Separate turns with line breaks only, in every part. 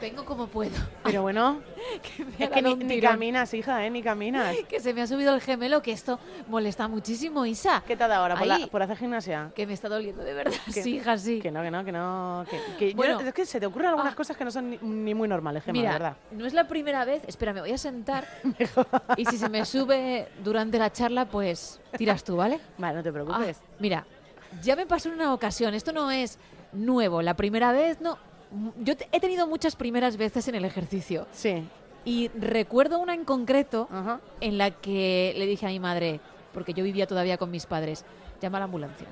vengo como puedo.
Pero bueno,
Que me ha
es que
dado
ni,
un
ni
tirón.
caminas, hija, ¿eh? Ni caminas.
Que se me ha subido el gemelo, que esto molesta muchísimo, Isa.
¿Qué te ha dado ahora por, la-
Ahí.
por hacer gimnasia?
Que me está doliendo de verdad.
Que-
Sí, hija, sí.
Que no, que no, que no. Que, que yo-
Bueno.
es que se te ocurren algunas
Ah.
cosas que no son ni, ni muy normales, Gemma,
Mira,
de verdad.
no es la primera vez. Espera, me voy a sentar. y si se me sube durante la charla, pues tiras tú, ¿vale?
Vale, no te
Ah,
preocupes.
mira, ya me pasó en una ocasión. Esto no es nuevo. La primera vez, no. M- Yo te- he tenido muchas primeras veces en el ejercicio.
Sí.
Y recuerdo una en concreto
Ajá.
en la que le dije a mi madre, porque yo vivía todavía con mis padres, llama a la ambulancia.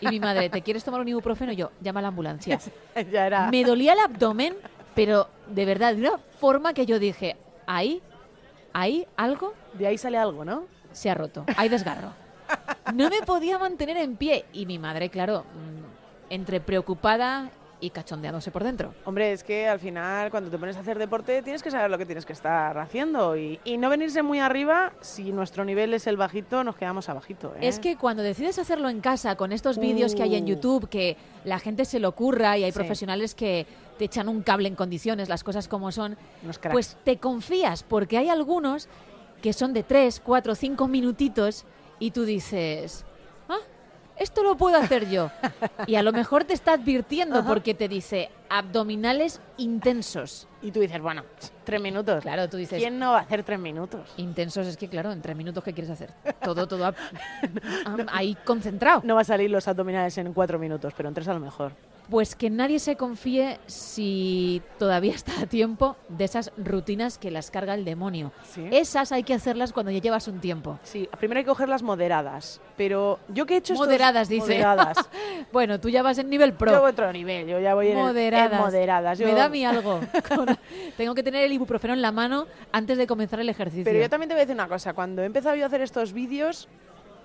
Y mi madre, ¿te quieres tomar un ibuprofeno? Yo, llama a la ambulancia.
ya era.
Me dolía el abdomen, pero de verdad, de una forma que yo dije, ahí, ahí algo
De ahí sale algo, ¿no?
se ha roto, hay desgarro. No me podía mantener en pie y mi madre, claro, mm, entre preocupada y cachondeándose por dentro.
Hombre, es que al final cuando te pones a hacer deporte tienes que saber lo que tienes que estar haciendo y, y no venirse muy arriba si nuestro nivel es el bajito, nos quedamos abajito. ¿eh?
Es que cuando decides hacerlo en casa con estos vídeos que hay en
Uh.
YouTube, que la gente se lo curra y hay
Sí.
profesionales que te echan un cable en condiciones, las cosas como son,
Unos cracks.
pues te confías porque hay algunos que son de 3, 4, 5 minutitos y tú dices, ah, esto lo puedo hacer yo. Y a lo mejor te está advirtiendo porque te dice abdominales intensos.
Y tú dices, bueno, tres minutos.
Claro, tú dices...
¿Quién no va a hacer tres minutos?
Intensos es que, claro, en tres minutos, ¿qué quieres hacer? Todo, todo a- a- ahí concentrado.
No va a salir los abdominales en cuatro minutos, pero en tres a lo mejor.
Pues que nadie se confíe si todavía está a tiempo de esas rutinas que las carga el demonio.
Sí.
Esas hay que hacerlas cuando ya llevas un tiempo.
Sí, primero hay que cogerlas moderadas, pero yo que he hecho estos-
Moderadas, dice.
Moderadas.
Bueno, tú ya vas en nivel
yo voy
pro.
a otro nivel, yo ya voy en, el- en
moderadas.
moderadas. Yo-
Me da a mí algo. Con- Tengo que tener el ibuprofeno en la mano antes de comenzar el ejercicio.
Pero yo también te voy a decir una cosa, cuando he empezado yo a hacer estos vídeos,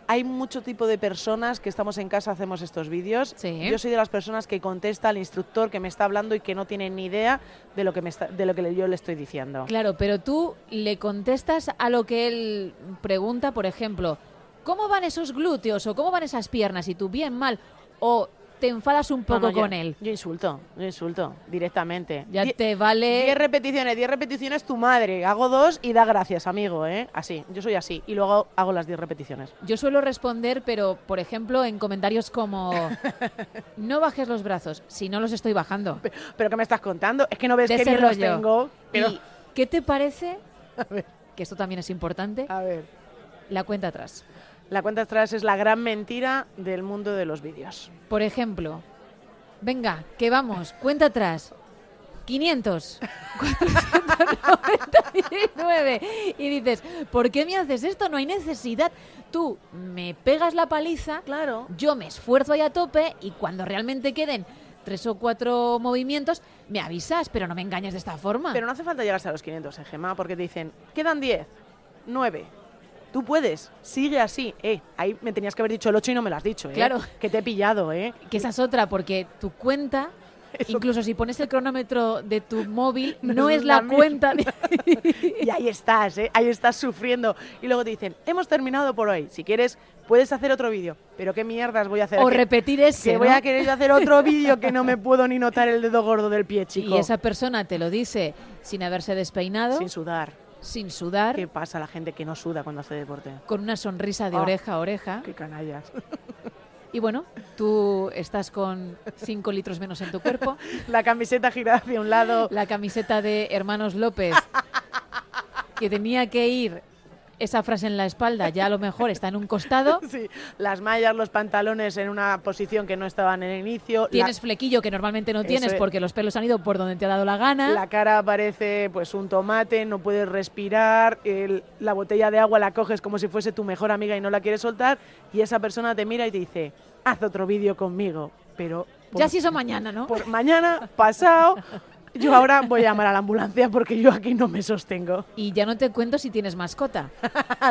hay mucho tipo de personas que estamos en casa, hacemos estos vídeos.
Sí.
Yo soy de las personas que contesta al instructor que me está hablando y que no tiene ni idea de lo que, me está- de lo que le- yo le estoy diciendo.
Claro, pero tú le contestas a lo que él pregunta, por ejemplo, ¿cómo van esos glúteos o cómo van esas piernas? Y tú bien, mal, o te enfadas un
No,
poco
no, yo-
con él.
Yo insulto, yo insulto directamente.
Ya
Die-
te vale.
10 repeticiones, 10 repeticiones tu madre. Hago dos y da gracias, amigo, ¿eh? Así, yo soy así. Y luego hago las 10 repeticiones.
Yo suelo responder, pero por ejemplo en comentarios como no bajes los brazos, si no los estoy bajando.
Pe- ¿Pero qué me estás contando? Es que no ves
De
qué
ese
bien los
rollo.
tengo. Pero-
¿Y qué te parece?
A ver,
Que esto también es importante.
a ver.
La cuenta atrás.
La cuenta atrás es la gran mentira del mundo de los vídeos.
Por ejemplo, venga, que vamos, cuenta atrás. 500, 499. Y dices, ¿por qué me haces esto? No hay necesidad. Tú me pegas la paliza
Claro.
Yo me esfuerzo ahí a tope y cuando realmente queden tres o cuatro movimientos, me avisas, pero no me engañes de esta forma.
Pero no hace falta llegarse a los 500 en Gema, porque te dicen, quedan 10, 9. Tú puedes, sigue así. Eh, ahí me tenías que haber dicho el 8 y no me lo has dicho, ¿eh?
Claro.
Que te he pillado, ¿eh?
Que esa es otra, porque tu cuenta, incluso si pones el cronómetro de tu móvil, no, es la,
misma.
cuenta. de-
Y ahí estás, ¿eh? Ahí estás sufriendo. Y luego te dicen, hemos terminado por hoy. Si quieres, puedes hacer otro vídeo. Pero qué mierdas voy a hacer.
o
Que-
repetir ese.
que voy
¿no?
a querer yo hacer otro vídeo que no me puedo ni notar el dedo gordo del pie, chico.
Y esa persona te lo dice sin haberse despeinado,
Sin
sin,
sudar.
sudar,
¿Qué pasa a la gente que no suda cuando hace deporte?
con una sonrisa de
Ah.
oreja a oreja.
Qué canallas.
Y bueno, tú estás con cinco litros menos en tu cuerpo.
La camiseta girada hacia un lado.
la camiseta de Hermanos López, que tenía que ir esa frase en la espalda, ya a lo mejor está en un costado.
Sí, las mallas, los pantalones en una posición que no estaban en el inicio. la-
Tienes flequillo que normalmente no
Eso
tienes
es.
porque los pelos han ido por donde te ha dado la
La,
gana.
cara parece pues un tomate, no puedes respirar, el- la botella de agua la coges como si fuese tu mejor amiga y no la quieres soltar y esa persona te mira y te dice, haz otro vídeo conmigo, pero por-
Ya si eso mañana, ¿no?
por mañana, pasado, yo ahora voy a llamar a la ambulancia porque yo aquí no me sostengo.
Y ya no te cuento si tienes mascota.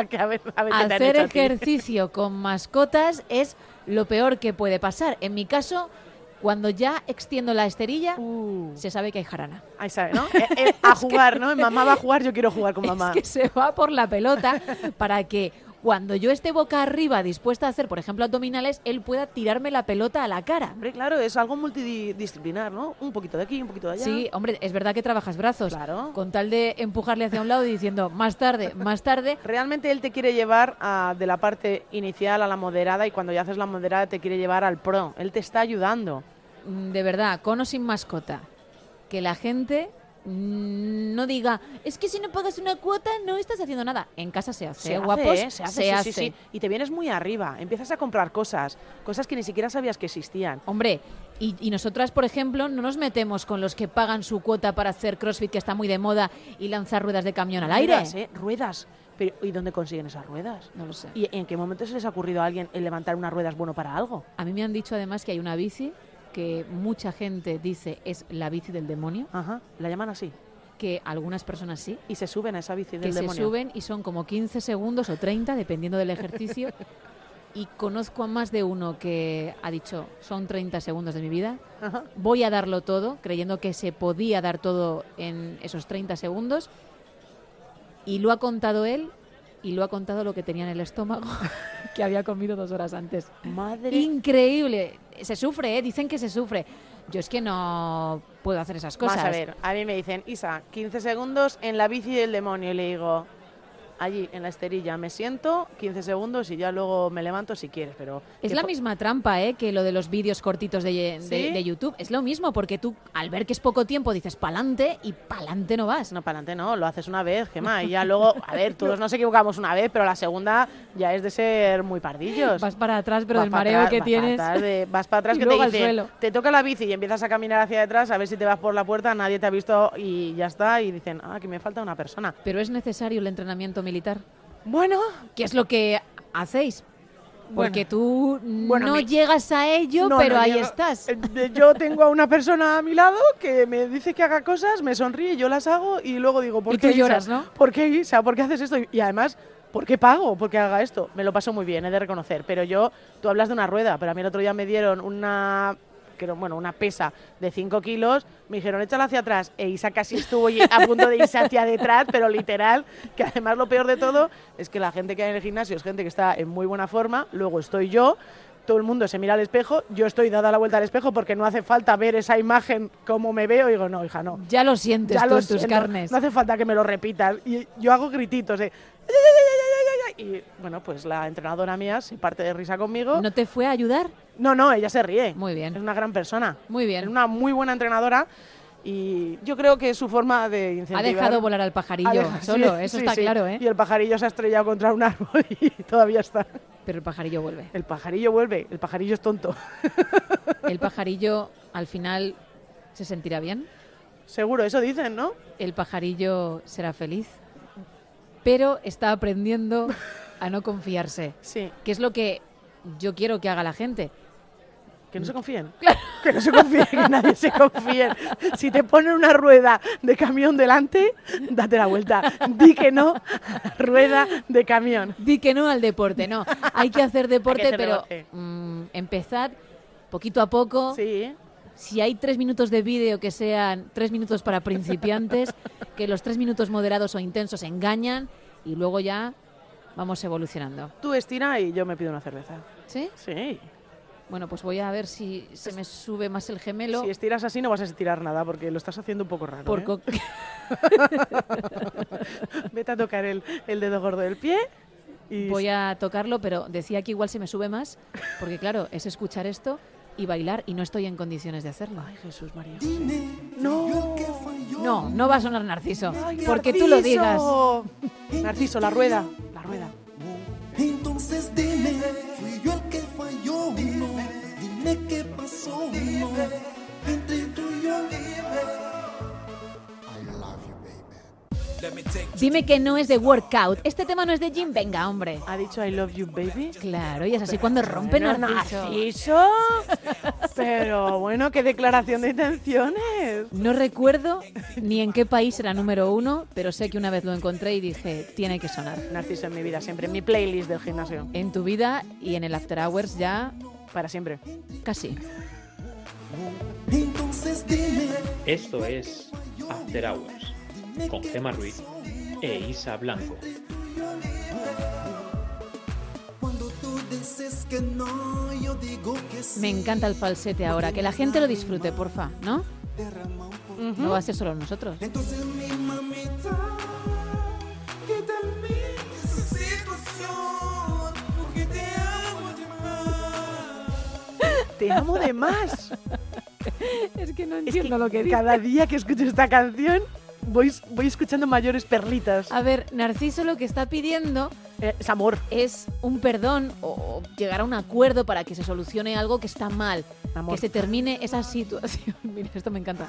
Que a ver- a ver qué Pues te han
Hacer
hecho a ti.
ejercicio con mascotas es lo peor que puede pasar. En mi caso, cuando ya extiendo la esterilla,
Uh,
se sabe que hay jarana.
ahí sabe, ¿no? Eh, eh, a jugar, ¿no? Mamá va a jugar, yo quiero jugar con mamá.
Es que se va por la pelota para que cuando yo esté boca arriba dispuesta a hacer, por ejemplo, abdominales, él pueda tirarme la pelota a la cara.
Hombre, claro, es algo multidisciplinar, ¿no? Un poquito de aquí, un poquito de allá.
Sí, pues, hombre, es verdad que trabajas brazos.
Claro.
Con tal de empujarle hacia un lado y diciendo más tarde, más tarde.
Realmente él te quiere llevar a- de la parte inicial a la moderada y cuando ya haces la moderada te quiere llevar al pro. Él te está ayudando.
Mm, De verdad, con o sin mascota. Que la gente mm, no diga, es que si no pagas una cuota no estás haciendo nada. En casa se hace, ¿eh,
hace,
guapos.
¿eh? se hace, sí, sí,
hace.
sí. Y te vienes muy arriba, empiezas a comprar cosas, cosas que ni siquiera sabías que existían.
Hombre, y, y nosotras, por ejemplo, no nos metemos con los que pagan su cuota para hacer CrossFit, que está muy de moda, y lanzar ruedas de camión al aire.
Ruedas, ¿eh? Ruedas. Pero, ¿Y dónde consiguen esas ruedas?
No lo sé.
¿Y en qué momento se les ha ocurrido a alguien el levantar unas ruedas bueno para algo?
A mí me han dicho además que hay una bici que mucha gente dice es la bici del demonio,
Ajá, la llaman así.
que algunas personas sí,
Y se suben a esa bici
que
del
se
demonio.
suben y son como 15 segundos o 30, dependiendo del ejercicio. y conozco a más de uno que ha dicho, son 30 segundos de mi vida,
Ajá.
voy a darlo todo, creyendo que se podía dar todo en esos 30 segundos. Y lo ha contado él y lo ha contado lo que tenía en el estómago, que había comido dos horas antes.
Madre
Increíble. Se sufre, ¿eh? Dicen que se sufre. Yo es que no puedo hacer esas cosas.
Vas a ver, a mí me dicen, Isa, 15 segundos en la bici del demonio. Y le digo, allí, en la esterilla, me siento 15 segundos y ya luego me levanto si quieres, pero...
Es
que
la
po-
misma trampa, ¿eh? Que lo de los vídeos cortitos de, ye- de-
¿Sí?
de YouTube. Es lo mismo, porque tú, al ver que es poco tiempo, dices pa'lante y pa'lante no vas.
No, para adelante no, lo haces una vez, Gemma, y ya luego... A ver, todos nos equivocamos una vez, pero la segunda ya es de ser muy pardillos.
Vas para atrás, pero
Vas
del
para
mareo
atrás,
que
vas
tienes.
para atrás de- vas para atrás
Y
que
luego
te
al
dicen,
suelo.
te toca la bici y empiezas a caminar hacia detrás a ver si te vas por la puerta, nadie te ha visto y ya está. Y dicen, ah, que me falta una persona.
Pero es necesario el entrenamiento militar.
Bueno,
¿Qué es lo que hacéis? Porque tú
Bueno,
no
mi-
llegas a ello,
No,
pero
no,
ahí
yo-
estás.
eh, Yo tengo a una persona a mi lado que me dice que haga cosas, me sonríe, yo las hago y luego digo, ¿por
Y
qué
tú lloras,
Isa?
¿no?
¿Por qué Isa? ¿Por qué haces esto? Y además, ¿por qué pago? ¿Por qué haga esto? Me lo paso muy bien, he de reconocer. Pero yo, tú hablas de una rueda, pero a mí el otro día me dieron una creo, bueno, una pesa de 5 kilos, me dijeron, échala hacia atrás. E Isa casi estuvo ye- a punto de irse hacia detrás, pero literal, que además lo peor de todo es que la gente que hay en el gimnasio es gente que está en muy buena forma, luego estoy yo, todo el mundo se mira al espejo, yo estoy dada la vuelta al espejo porque no hace falta ver esa imagen como me veo y digo, no, hija, no.
Ya lo sientes
Ya
tú
lo
en tus
siento,
carnes.
No hace falta que me lo repitas. Y yo hago grititos de... "Ay, ay, ay, ay, ay, ay, ay". Y bueno, pues la entrenadora mía se parte de risa conmigo.
¿No te fue a ayudar?
No, no, ella se ríe.
Muy bien.
Es una gran persona.
Muy
Es
bien.
una muy buena entrenadora y yo creo que su forma de
Ha
incentivar...
dejado volar al pajarillo
Ha dejado-
solo,
sí,
eso
sí,
está
sí.
claro, ¿eh?
Y el pajarillo se ha estrellado contra un árbol y todavía está.
Pero el pajarillo vuelve.
El pajarillo vuelve, el pajarillo es tonto.
El pajarillo al final se sentirá bien,
Seguro, eso dicen, ¿no?
el pajarillo será feliz, pero está aprendiendo a no confiarse,
Sí,
que es lo que yo quiero que haga la gente.
que no se confíen. Que no se confíen, que nadie se confíe. Si te ponen una rueda de camión delante, date la vuelta. Di que no, rueda de camión.
Di que no al deporte, no. Hay que hacer deporte,
hacer
pero
deporte.
mm, empezad poquito a poco.
Sí,
Si hay tres minutos de vídeo que sean tres minutos para principiantes, que los tres minutos moderados o intensos engañan y luego ya vamos evolucionando.
tú estira y yo me pido una cerveza.
¿Sí?
Sí.
Bueno, pues voy a ver si se me sube más el gemelo.
Si estiras así no vas a estirar nada porque lo estás haciendo un poco raro.
por
¿eh?
co-
Vete a tocar el, el dedo gordo del pie y
voy a tocarlo, pero decía que igual se me sube más, porque claro, es escuchar esto y bailar y no estoy en condiciones de hacerlo.
Ay, Jesús María.
No.
No, no va a sonar Narciso,
Ay,
porque tú lo digas.
Narciso. Narciso, la rueda, la rueda.
Entonces dime, fui yo el que falló, no. Dime qué pasó, no. Entre tú y yo. I love you, baby.
Dime que no es de workout. Este tema no es de gym, venga, hombre.
Ha dicho I love you, baby.
Claro, y es así cuando rompe
Bueno,
Narciso.
Narciso. Pero bueno, qué declaración de intenciones.
No recuerdo ni en qué país era número uno, pero sé que una vez lo encontré y dije, tiene que sonar.
Narciso en mi vida siempre, en mi playlist del gimnasio,
En tu vida y en el After Hours ya
para siempre.
casi.
Entonces dime,
Esto es After Hours con Gemma Ruiz e Isa Blanco.
que no, yo digo que sí.
Me encanta el falsete ahora, que la gente lo disfrute, porfa, ¿no?
Derrama un poco.
No va a ser solo nosotros.
Entonces mi mamita, quita en mí esa situación, porque te amo de más.
Te amo de más.
Es que no
Es que
entiendo lo que dice.
cada día que escucho esta canción voy, voy escuchando mayores perlitas.
A ver, Narciso lo que está pidiendo
Eh, es amor,
es un perdón o llegar a un acuerdo para que se solucione algo que está mal,
amor.
que se termine esa situación. Mira, esto me encanta.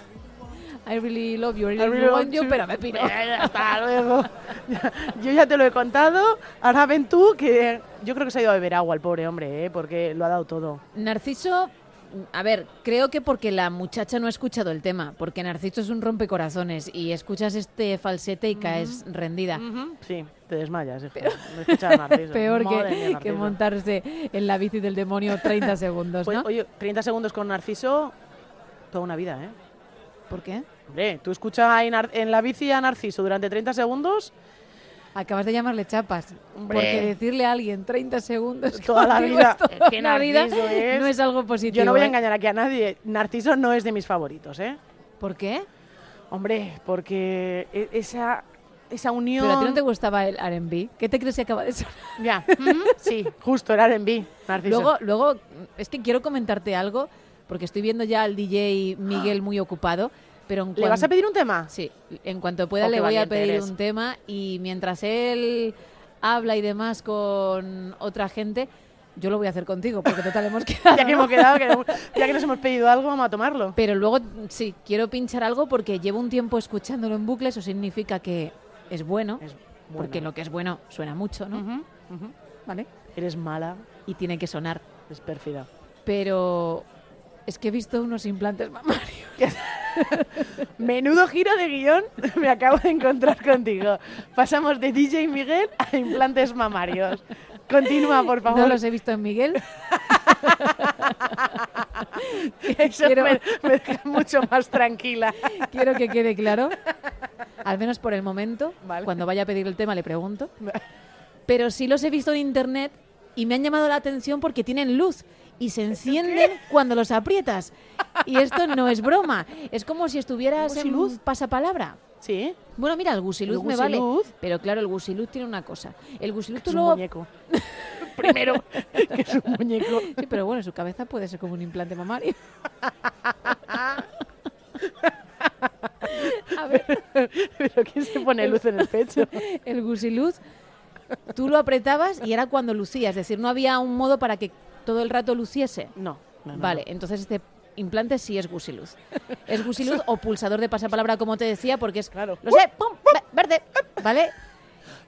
I really love you, I really,
I really
want you,
want
pero
you.
me piro.
Eh, Hasta luego. Ya, Yo ya te lo he contado. Ahora ven tú que yo creo que se ha ido a beber agua el pobre hombre, eh, porque lo ha dado todo.
Narciso, a ver, creo que porque la muchacha no ha escuchado el tema, porque Narciso es un rompecorazones y escuchas este falsete y caes rendida.
Sí, te desmayas, hijo. No escuchas más risas.
Peor
Madre mía,
que, que
Narciso.
montarse en la bici del demonio 30 segundos,
Pues,
¿no?
Oye, 30 segundos con Narciso, toda una vida, ¿eh?
¿Por qué?
Hombre, tú escuchas ahí Nar- en la bici a Narciso durante 30 segundos
Acabas de llamarle chapas.
Hombre.
Porque decirle a alguien 30 segundos
toda la
contigo
vida.
es toda
Es que
una vida
Narciso es-
no es algo positivo.
Yo no voy a
¿eh?
engañar aquí a nadie. Narciso no es de mis favoritos, ¿eh?
¿Por qué?
Hombre, porque e- esa, esa unión...
Pero a ti no te gustaba el R&B. ¿Qué te crees que acaba de sonar?
Ya, ujú, sí, justo era R&B, Narciso.
Luego, luego, es que quiero comentarte algo, porque estoy viendo ya al DJ Miguel muy ocupado, pero en
Ah. ¿Le vas a
cuan-
pedir un tema?
Sí, en cuanto pueda
Oh, qué
le voy a
valiente
pedir
eres.
un tema y mientras él habla y demás con otra gente, yo lo voy a hacer contigo, porque total hemos quedado.
Ya que hemos quedado, que- ya que nos hemos pedido algo, vamos a tomarlo.
Pero luego, sí, quiero pinchar algo porque llevo un tiempo escuchándolo en bucle, eso significa que es bueno,
Es bueno.
porque lo que es bueno suena mucho, ¿no?
Ujú, ujú.
¿Vale?
Eres mala,
Y tiene que sonar.
es pérfida.
Pero es que he visto unos implantes mamarios.
Menudo giro de guión me acabo de encontrar contigo. Pasamos de DJ Miguel a implantes mamarios. Continúa, por favor.
No los he visto en Miguel.
Eso
quiero-
me, me deja mucho más tranquila.
Quiero que quede claro, al menos por el momento,
Vale.
cuando vaya a pedir el tema le pregunto. Pero sí los he visto en internet y me han llamado la atención porque tienen luz y se encienden cuando los aprietas. Y esto no es broma, es como si estuvieras
¿Un
en
gusiluz?
luz pasapalabra.
Sí,
Bueno, mira, el gusiluz
¿El
me vale,
gusiluz?
pero claro, el gusiluz tiene una cosa. El gusiluz
es
tú
un
lo...
muñeco. Primero, que es un muñeco.
Sí, pero bueno, su cabeza puede ser como un implante mamario. A ver,
Pero ¿quién se pone luz en el pecho?
el gusiluz, tú lo apretabas y era cuando lucía, es decir, no había un modo para que todo el rato luciese.
No. no, no,
vale, entonces este implante sí es gusiluz. Es gusiluz o pulsador de pasapalabra, como te decía, porque es...
Claro.
Lo sé, pum, ve- verde, ¿vale?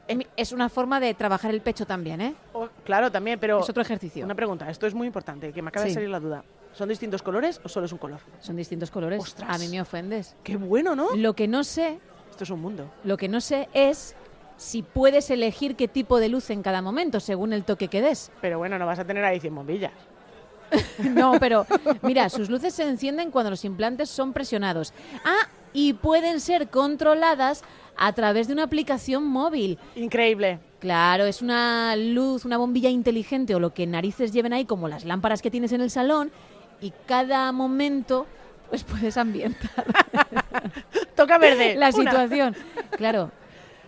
Es mi- Es una forma de trabajar el pecho también, ¿eh?
no. O- Oh, claro, también, pero
Es otro ejercicio.
una pregunta. Esto es muy importante, que me acaba
Sí.
de salir la duda. ¿Son distintos colores o solo es un color?
Son distintos colores.
Ostras.
A mí me ofendes.
Qué bueno, ¿no?
Lo que no sé
Esto es un mundo.
Lo que no sé es si puedes elegir qué tipo de luz en cada momento, según el toque que des.
Pero bueno, no vas a tener ahí 100 bombillas.
No, pero mira, sus luces se encienden cuando los implantes son presionados. Ah, y pueden ser controladas a través de una aplicación móvil.
Increíble.
Claro, es una luz, una bombilla inteligente o lo que narices lleven ahí, como las lámparas que tienes en el salón, y cada momento pues puedes ambientar
Toca verde.
la
Eh, Una.
situación. Claro,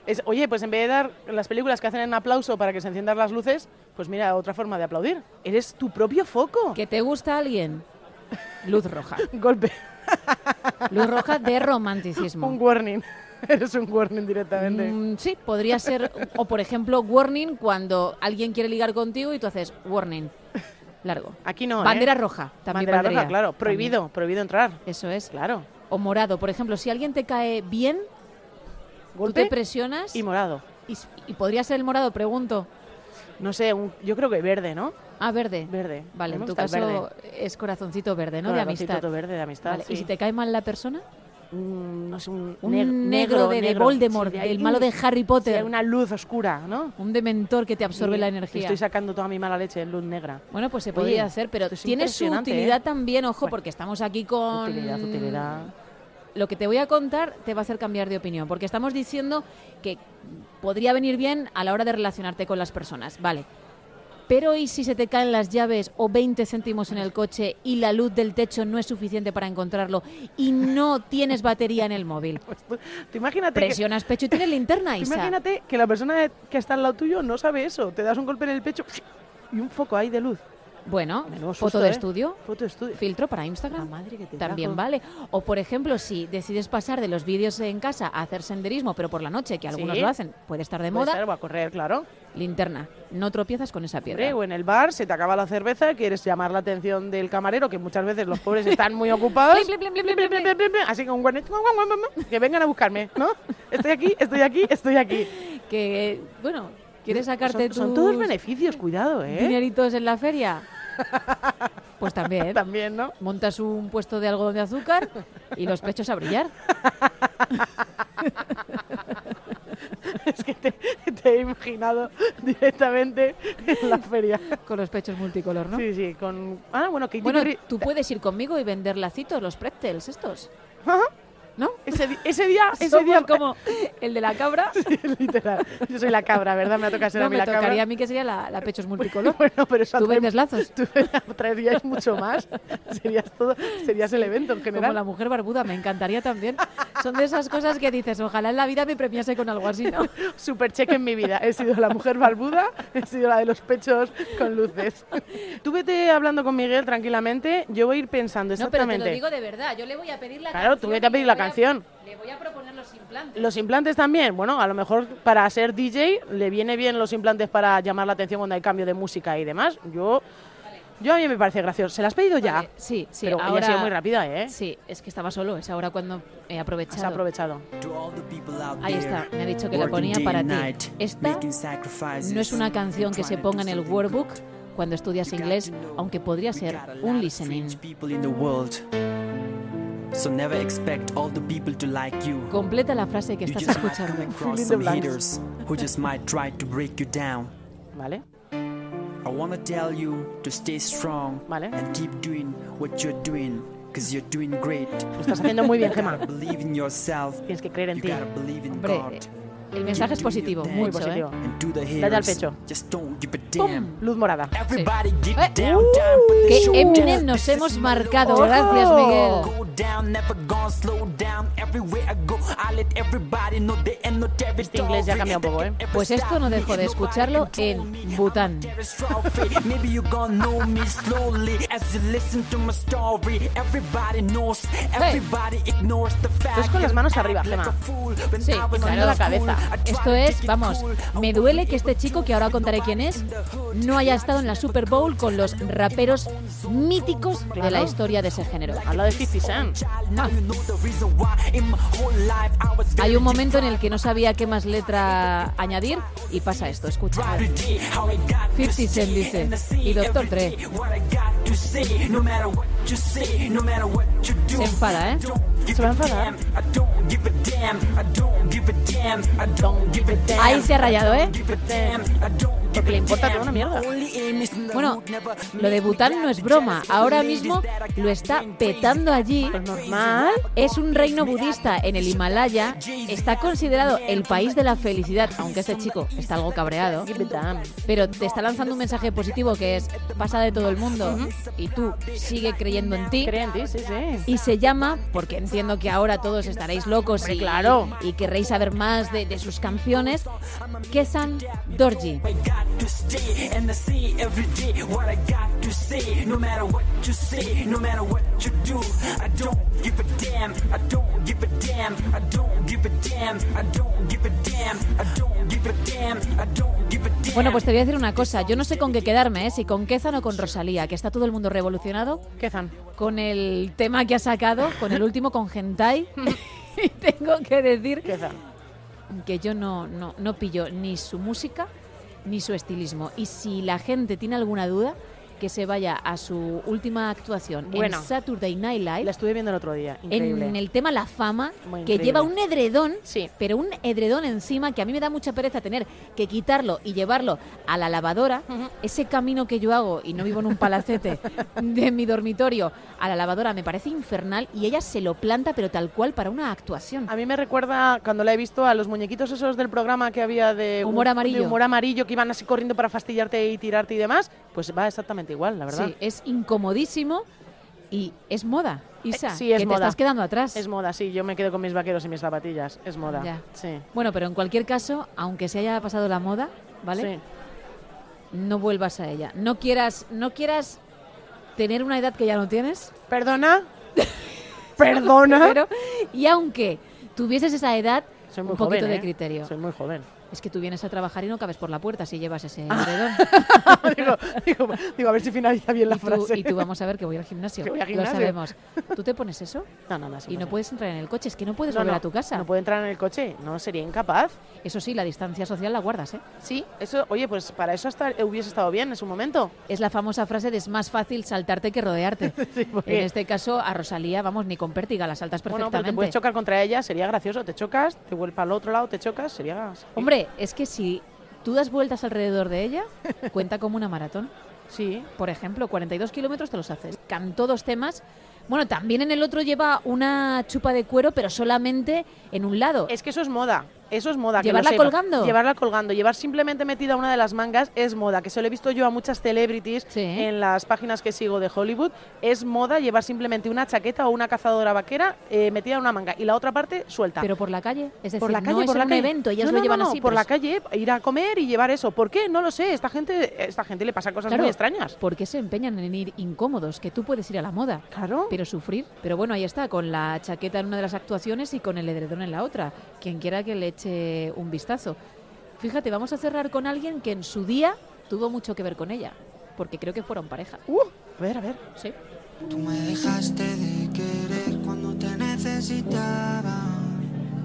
Es- oye, pues en vez de dar las películas que hacen en aplauso para que se enciendan las luces, pues mira, otra forma de aplaudir. Eres tu propio foco.
que te gusta alguien. Luz roja.
Golpe.
Luz roja de romanticismo.
Un warning. Eres un warning directamente.
Mm, sí, podría ser, o por ejemplo, warning cuando alguien quiere ligar contigo y tú haces warning. Largo.
Aquí no. ¿eh?
bandera roja, también
Bandera
valdría.
roja, claro. Prohibido, prohibido entrar.
También. Eso es.
Claro.
O morado, por ejemplo, si alguien te cae bien, tú te
Golpe
presionas
y
y,
morado.
y podría ser el morado, pregunto.
No sé, un- yo creo que verde, ¿no?
Ah, verde.
Verde.
Vale,
A
en
mí me
tu
gusta el
caso
verde.
es corazoncito verde, ¿no?
Corazoncito
de amistad.
todo verde, de amistad.
Vale, ¿Y
sí.
si te cae mal la persona?
Mm, no sé, un,
Un
neg-
negro de, de
negro.
Voldemort,
Sí, hay
el
un-
malo de Harry
sí,
Potter.
hay una luz oscura, ¿no?
Un dementor que te absorbe
Y
la energía.
Estoy sacando toda mi mala leche en luz negra.
Bueno, pues se
Oye,
podría hacer, pero
esto es
tiene su
impresionante,
utilidad
¿eh?
también, ojo,
Bueno.
porque estamos aquí con...
Utilidad, utilidad.
Lo que te voy a contar te va a hacer cambiar de opinión, porque estamos diciendo que podría venir bien a la hora de relacionarte con las personas, ¿vale? Pero ¿y si se te caen las llaves o 20 céntimos en el coche y la luz del techo no es suficiente para encontrarlo y no tienes batería en el móvil?
Pues tú, tú imagínate, que,
Presionas pecho y tienes linterna,
tú
Isa.
imagínate que la persona que está al lado tuyo no sabe eso. Te das un golpe en el pecho y un foco ahí de luz.
Bueno,
Menudo susto,
foto de
¿eh?
estudio,
Foto de estudio.
filtro para
La
Instagram.
madre que te
También
trajo.
vale. O por ejemplo, si decides pasar de los vídeos en casa a hacer senderismo, pero por la noche, que algunos
Sí.
lo hacen, puede estar de
Puede
moda,
estar, va a correr, claro.
linterna. No tropiezas con esa
Hombre,
piedra.
o en el bar se te acaba la cerveza, quieres llamar la atención del camarero, que muchas veces los pobres están muy ocupados.
Plim, plim, plim, plim, plim, plim,
Plim, plim, plim, Así que un guarnito, guau, guau, guau, guau, que vengan a buscarme, ¿no? Estoy aquí, estoy aquí, estoy aquí.
Que, bueno, ¿quieres sacarte
son, son
tus
todos beneficios, cuidado, ¿eh?
dineritos en la feria? Pues también.
También, ¿no?
Montas un puesto de algodón de azúcar y los pechos a brillar.
Es que te, te he imaginado directamente en la feria.
Con los pechos multicolor, ¿no?
Sí, sí, con... Ah, bueno, que
Bueno, tú puedes ir conmigo y vender lacitos, los pretzels estos, ¿no?
Ese, di- ese día, ese
Somos
día...
como el de la cabra.
Literal. Yo soy la cabra, ¿verdad? Me toca ser
No,
a mí
me
la
tocaría
cabra.
a mí que sería la, la pechos multicolor.
Bueno, pero eso
Tú
atrae-
vendes lazos.
Tú traerías mucho más. Serías todo, serías el evento en
Como
general.
la mujer barbuda, me encantaría también. Son de esas cosas que dices, ojalá en la vida me premiase con algo así, ¿no?
Super cheque en mi vida. He sido la mujer barbuda, he sido la de los pechos con luces. Tú vete hablando con Miguel tranquilamente, yo voy a ir pensando
No, pero te
exactamente.
lo digo de verdad, yo le voy a pedir la
Claro, tú
canción.
vete a
y le
pedir la
voy a-
canción.
Le voy a proponer los implantes.
Los implantes también, bueno, a lo mejor para ser DJ le viene bien los implantes para llamar la atención cuando hay cambio de música y demás. Yo, yo a mí me parece gracioso. ¿Se las has pedido ya?
Vale, sí, sí.
pero ella
ahora...
ha sido muy rápida, ¿eh?
Sí, es que estaba solo, es ahora cuando he
Has
aprovechado.
aprovechado.
Ahí está, me ha dicho que la ponía para ti. Esta no es una canción que se ponga en el workbook cuando estudias inglés, aunque podría ser un listening.
So never expect all the people to like you.
Completa la frase que
You
estás
just might come
escuchando.
across
Fill in the
some
blanks.
haters who just might try to break you down.
¿Vale?
I wanna tell you to stay strong
Vale.
and keep doing what you're doing, cause you're doing great.
Lo estás haciendo muy bien, Gemma.
gotta believe in yourself.
Tienes que creer en
you
ti.
gotta believe in
Hombre,
God.
eh, el mensaje es positivo,
Muy
mucho,
positivo.
¿eh?
And do the
al
haters.
pecho.
Just don't give a damn.
Luz morada.
Everybody get
Eh,
down, down, put the
Que
show
Eminem
down.
nos
This
hemos
is my
marcado,
love.
gracias Miguel.
Go down, never gonna slow down. Everywhere I go, I let everybody know they ain't no territory.
Este inglés ya cambia un poco, ¿eh?
Pues esto no dejo de escucharlo en Bután.
Maybe you gonna know me slowly as you listen to my story. Everybody knows, everybody ignores the fact.
Es con las manos arriba, Gemma.
Sí,
claro. la cabeza.
Esto es, vamos, me duele que este chico, que ahora contaré quién es, no haya estado en la Super Bowl con los raperos míticos de la historia de ese género.
Habla de 50 Cent.
Ah. Hay un momento en el que no sabía qué más letra añadir y pasa esto, escucha. 50 Cent dice, y Doctor Dre. Se enfada, ¿eh?
Se va a enfadar.
Ahí se ha rayado, ¿eh?
Porque le importa toda una mierda.
Bueno, lo de Bután no es broma. Ahora mismo lo está petando allí.
Pues normal.
Es un reino budista en el Himalaya. Está considerado el país de la felicidad, aunque este chico está algo cabreado.
Give it damn.
Pero te está lanzando un mensaje positivo que es pasa de todo el mundo y tú sigue creyendo en ti.
Cree en ti, sí, sí.
Y se llama, porque entiendo que ahora todos estaréis locos y,
claro.
y querréis saber más de, de sus canciones, Kesan Dorji. Bueno, pues te voy a decir una cosa. Yo no sé con qué quedarme, ¿eh? si con Kezan o con Rosalía, que está todo el mundo revolucionado
¿Qué zan?
con el tema que ha sacado, con el último, con Gentai. y tengo que decir
¿Qué zan?
que yo no, no, no pillo ni su música ni su estilismo. Y si la gente tiene alguna duda, que se vaya a su última actuación
Bueno.
en Saturday Night
La
Live,
estuve viendo el otro día, increíble.
en el tema La Fama,
Muy
que
increíble.
lleva un edredón,
Sí.
pero un edredón encima que a mí me da mucha pereza tener que quitarlo y llevarlo a la lavadora.
Ujú.
Ese camino que yo hago, y no vivo en un palacete de mi dormitorio, a la lavadora me parece infernal y ella se lo planta, pero tal cual para una actuación.
A mí me recuerda, cuando la he visto, a los muñequitos esos del programa que había de
Humor
de
amarillo.
humor amarillo, que iban así corriendo para fastidiarte y tirarte y demás. Pues va exactamente igual, la verdad.
Sí, es incomodísimo y es moda, Isa,
Eh, sí, es
que te
moda.
estás quedando atrás.
Es moda, sí, yo me quedo con mis vaqueros y mis zapatillas. Es moda.
Ya.
Sí.
Bueno, pero en cualquier caso, aunque se haya pasado la moda, ¿vale?
Sí.
No vuelvas a ella. No quieras, no quieras tener una edad que ya no tienes.
¿Perdona? ¿Perdona?
Pero, y aunque tuvieses esa edad,
Soy muy
un poquito
joven,
de
¿eh?
criterio.
Soy muy joven.
Es que tú vienes a trabajar y no cabes por la puerta si llevas ese
Ah,
edredón.
digo, digo, digo, a ver si finaliza bien la
y, tú,
frase.
y tú vamos a ver que voy al gimnasio.
Que voy al
Lo
gimnasio.
sabemos. Tú te pones eso
No, no, no, sí,
y
no
no
sé.
puedes entrar en el coche. Es que no puedes
No,
volver
no,
a tu casa.
No puedo entrar en el coche. No, sería incapaz.
Eso sí, la distancia social la guardas, ¿eh?
Sí, eso, oye, pues para eso hasta hubiese estado bien en su momento.
Es la famosa frase de es más fácil saltarte que rodearte.
Sí, porque-
En este caso, a Rosalía, vamos, ni con pértiga, la saltas
Bueno, pero
perfectamente.
te puedes chocar contra ella, sería gracioso. Te chocas, te vuelves para el otro lado, te chocas, sería.
Hombre, es que si tú das vueltas alrededor de ella, cuenta como una maratón.
Sí.
Por ejemplo, 42 kilómetros te los haces. Cantó dos temas. Bueno, también en el otro lleva una chupa de cuero, pero solamente en un lado.
Es que eso es moda. Eso es moda. que lo
¿Llevarla
sepa.
colgando?
Llevarla colgando. Llevar simplemente metida una de las mangas es moda. Que se lo he visto yo a muchas celebrities
Sí.
en las páginas que sigo de Hollywood. Es moda llevar simplemente una chaqueta o una cazadora vaquera eh, metida en una manga. Y la otra parte suelta.
Pero por la calle. Es decir,
por la calle,
no es
por
en
la
un
calle.
evento, ellas
No,
lo
no, no,
llevan
no,
así. pues.
Por
pero
la
es-
calle, ir a comer y llevar eso. ¿Por qué? No lo sé. Esta gente, esta gente le pasa cosas
Claro,
muy extrañas.
¿Por qué se empeñan en ir incómodos? Que tú puedes ir a la moda.
Claro.
Pero sufrir. Pero bueno, ahí está, con la chaqueta en una de las actuaciones y con el edredón en la otra. Quien quiera que le eche un vistazo. Fíjate, vamos a cerrar con alguien que en su día tuvo mucho que ver con ella. Porque creo que fueron pareja.
Uh, a ver, a ver.
Sí.
Tú me dejaste de querer cuando te necesitaba,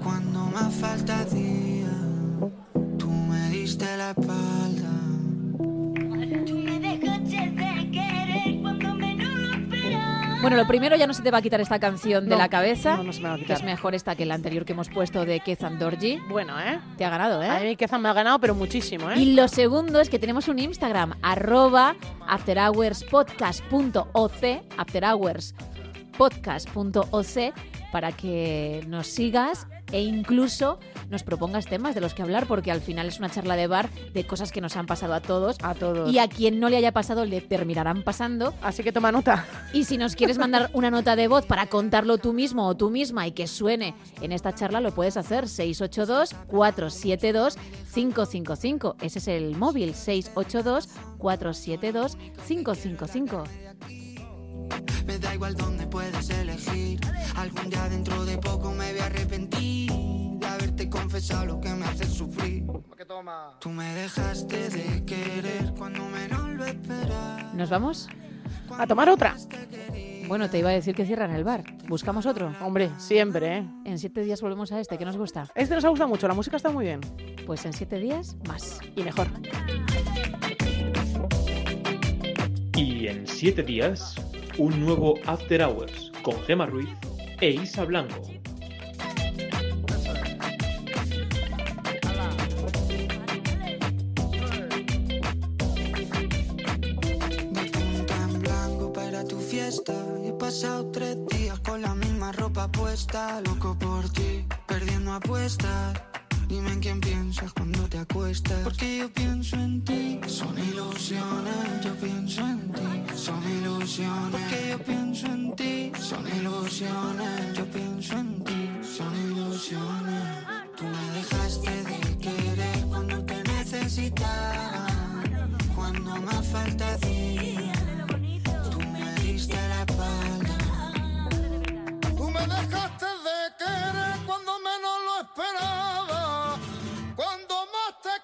cuando más falta hacía. Tú me diste la espalda.
Tú me dejaste de querer cuando menos lo esperaba.
Bueno, lo primero ya no se te va a quitar esta canción de
No,
la cabeza.
no, no se me va a
Que es
quitar.
mejor esta que la anterior que hemos puesto de Kezan Dorji.
Bueno, ¿eh?
Te ha ganado, ¿eh?
A mí Keza me ha ganado, pero muchísimo, ¿eh?
Y lo segundo es que tenemos un Instagram, arroba afterhourspodcast.oc, afterhourspodcast.oc, para que nos sigas e incluso nos propongas temas de los que hablar, porque al final es una charla de bar de cosas que nos han pasado a todos.
A todos.
Y a quien no le haya pasado le terminarán pasando.
Así que toma nota.
Y si nos quieres mandar una nota de voz para contarlo tú mismo o tú misma y que suene en esta charla, lo puedes hacer 682-472-555. Ese es el móvil, 682-472-555.
Me da igual dónde puedes elegir. Algún día dentro de poco me voy a arrepentir de haberte confesado lo que me hace sufrir. Tú me dejaste de querer cuando menos lo esperaba.
¿Nos vamos?
A tomar otra.
Bueno, te iba a decir que cierran el bar. Buscamos otro.
Hombre, siempre, ¿eh?
En siete días volvemos a este, que nos gusta.
Este nos ha gustado mucho, la música está muy bien.
Pues en siete días más.
Y mejor.
Y en 7 días, un nuevo After Hours con Gemma Ruiz e Isa Blanco.
De punta en blanco para tu fiesta. Y he pasado tres días con la misma ropa puesta. Loco por ti, perdiendo apuestas. Dime en quién piensas cuando te acuestas. Porque yo pienso en ti, son ilusiones. Yo pienso en ti, son ilusiones. Porque yo pienso en ti, son ilusiones. Yo pienso en ti, son ilusiones. Tú me dejaste de querer cuando te necesitaba. Cuando más falta hacía, tú me diste la espalda.
Tú me dejaste de querer cuando menos lo esperaba, cuando más te